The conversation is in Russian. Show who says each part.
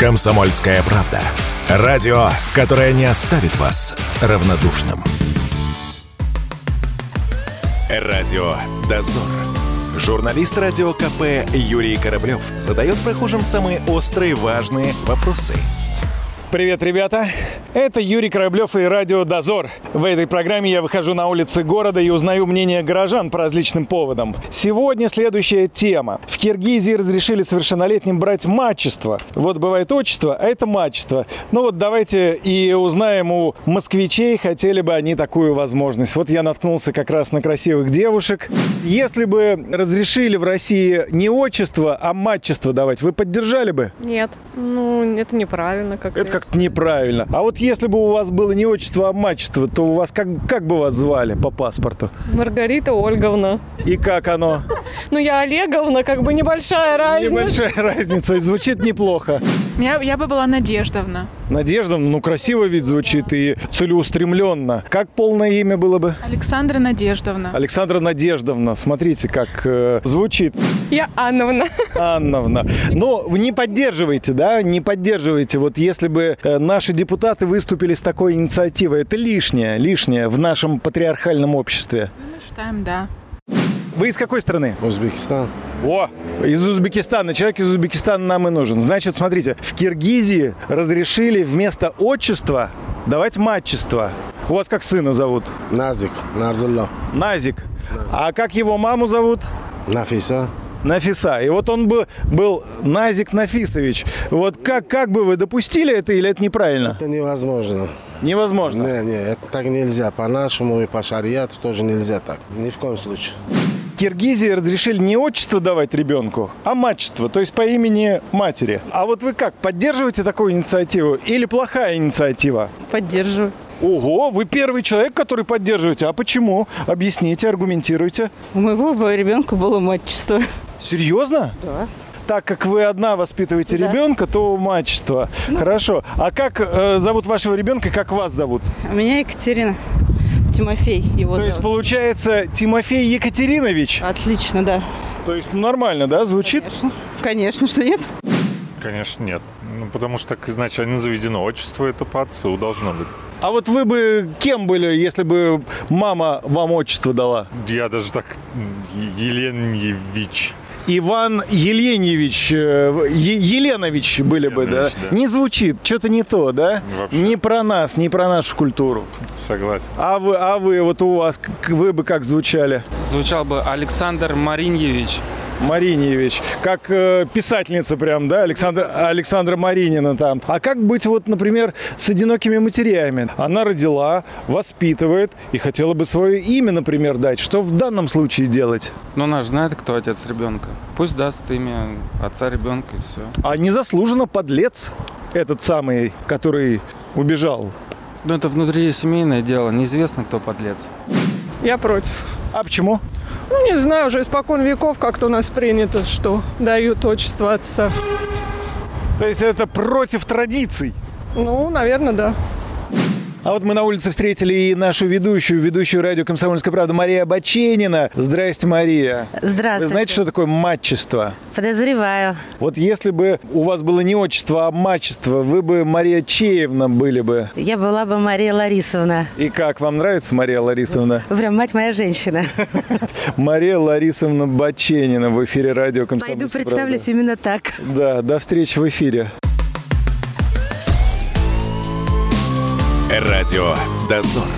Speaker 1: «Комсомольская правда». Радио, которое не оставит вас равнодушным. Радио «Дозор». Журналист радио КП Юрий Кораблев задает прохожим самые острые важные вопросы –
Speaker 2: Привет, ребята! Это Юрий Кораблев и радио «Дозор». В этой программе я выхожу на улицы города и узнаю мнение горожан по различным поводам. Сегодня следующая тема. В Киргизии разрешили совершеннолетним брать мачество. Вот бывает отчество, а это мачество. Ну вот давайте и узнаем у москвичей, хотели бы они такую возможность. Вот я наткнулся как раз на красивых девушек. Если бы разрешили в России не отчество, а мачество давать, вы поддержали бы?
Speaker 3: Нет, ну это неправильно как-то.
Speaker 2: Это как-то неправильно. А вот если бы у вас было не отчество, а мачество, то у вас как, как бы вас звали по паспорту?
Speaker 3: Маргарита Ольговна.
Speaker 2: И как оно?
Speaker 3: Ну я Олеговна, как бы небольшая разница.
Speaker 2: Небольшая разница, и звучит неплохо.
Speaker 4: Я, я бы была Надеждовна.
Speaker 2: Надежда, ну красиво ведь звучит и целеустремленно. Как полное имя было бы?
Speaker 4: Александра Надеждовна.
Speaker 2: Александра Надеждовна, смотрите, как э, звучит.
Speaker 3: Я Анновна.
Speaker 2: Анновна. Но вы не поддерживаете, да, не поддерживаете. Вот если бы э, наши депутаты выступили с такой инициативой, это лишнее, лишнее в нашем патриархальном обществе.
Speaker 4: Мы считаем, да.
Speaker 2: Вы из какой страны?
Speaker 5: Узбекистан.
Speaker 2: О, из Узбекистана. Человек из Узбекистана нам и нужен. Значит, смотрите, в Киргизии разрешили вместо отчества давать матчество. У вас как сына зовут?
Speaker 5: Назик, Нарзулла,
Speaker 2: Назик. А как его маму зовут?
Speaker 5: Нафиса.
Speaker 2: Нафиса. И вот он бы был Назик Нафисович. Вот как, как бы вы допустили это или это неправильно?
Speaker 5: Это невозможно.
Speaker 2: Невозможно.
Speaker 5: Не, не, это так нельзя. По-нашему и по шариату тоже нельзя так. Ни в коем случае.
Speaker 2: Киргизии разрешили не отчество давать ребенку, а мачество, то есть по имени матери. А вот вы как, поддерживаете такую инициативу или плохая инициатива?
Speaker 3: Поддерживаю.
Speaker 2: Ого, вы первый человек, который поддерживаете. А почему? Объясните, аргументируйте.
Speaker 6: У моего бы ребенка было матчество.
Speaker 2: Серьезно?
Speaker 6: Да.
Speaker 2: Так как вы одна воспитываете
Speaker 6: Да. Ну.
Speaker 2: ребенка, то мачество. Хорошо. А как э, зовут вашего ребенка, как вас зовут?
Speaker 6: А меня Екатерина Тимофей его
Speaker 2: то
Speaker 6: зовут. А.
Speaker 2: есть получается Тимофей Екатеринович.
Speaker 6: Отлично, да.
Speaker 2: То есть ну, нормально, да, звучит?
Speaker 6: Конечно. Конечно, что нет.
Speaker 7: Конечно, нет. Ну, потому что так изначально заведено. Отчество это по отцу должно быть.
Speaker 2: А вот вы бы кем были, если бы мама вам отчество дала?
Speaker 7: Я даже так... Е- Еленьевич.
Speaker 2: Иван Еленьевич, э, Е- Еленович были бы, да?
Speaker 7: Еленович, да.
Speaker 2: Не звучит, что-то не то, да?
Speaker 7: Вообще.
Speaker 2: Не про нас, не про нашу культуру.
Speaker 7: Согласен.
Speaker 2: А вы, а вы, вот у вас, к- вы бы как звучали?
Speaker 8: Звучал бы Александр Мариньевич.
Speaker 2: Мариньевич, как э, писательница прям, да, Александра, Александра Маринина там. А как быть вот, например, с одинокими матерями? Она родила, воспитывает и хотела бы свое имя, например, дать. Что в данном случае делать?
Speaker 8: Но она же Ну, знает, кто отец ребенка. Пусть даст имя отца ребенка и все.
Speaker 2: А незаслуженно подлец этот самый, который убежал.
Speaker 8: Но Ну, это внутри семейное дело. Неизвестно, кто подлец.
Speaker 9: Я против.
Speaker 2: А почему?
Speaker 9: Ну, не знаю, уже испокон веков как-то у нас принято, что дают отчество отца.
Speaker 2: То есть это против традиций.
Speaker 9: Ну, наверное, да.
Speaker 2: А вот мы на улице встретили и нашу ведущую, ведущую радио «Комсомольская правда» Мария Баченина. Здрасте, Мария. Вы
Speaker 10: Здравствуйте.
Speaker 2: знаете, что такое матчество?
Speaker 10: Подозреваю.
Speaker 2: Вот если бы у вас было не отчество, а матчество, вы бы Мария Чеевна были бы.
Speaker 10: Я была бы Мария Ларисовна.
Speaker 2: И как, вам нравится Мария Ларисовна?
Speaker 10: Вы Прям мать моя женщина.
Speaker 2: Мария Ларисовна Баченина в эфире
Speaker 10: Пойду
Speaker 2: радио «Комсомольская правда».
Speaker 10: представлюсь именно так.
Speaker 2: Да, до встречи в эфире.
Speaker 1: Радио «Дозор».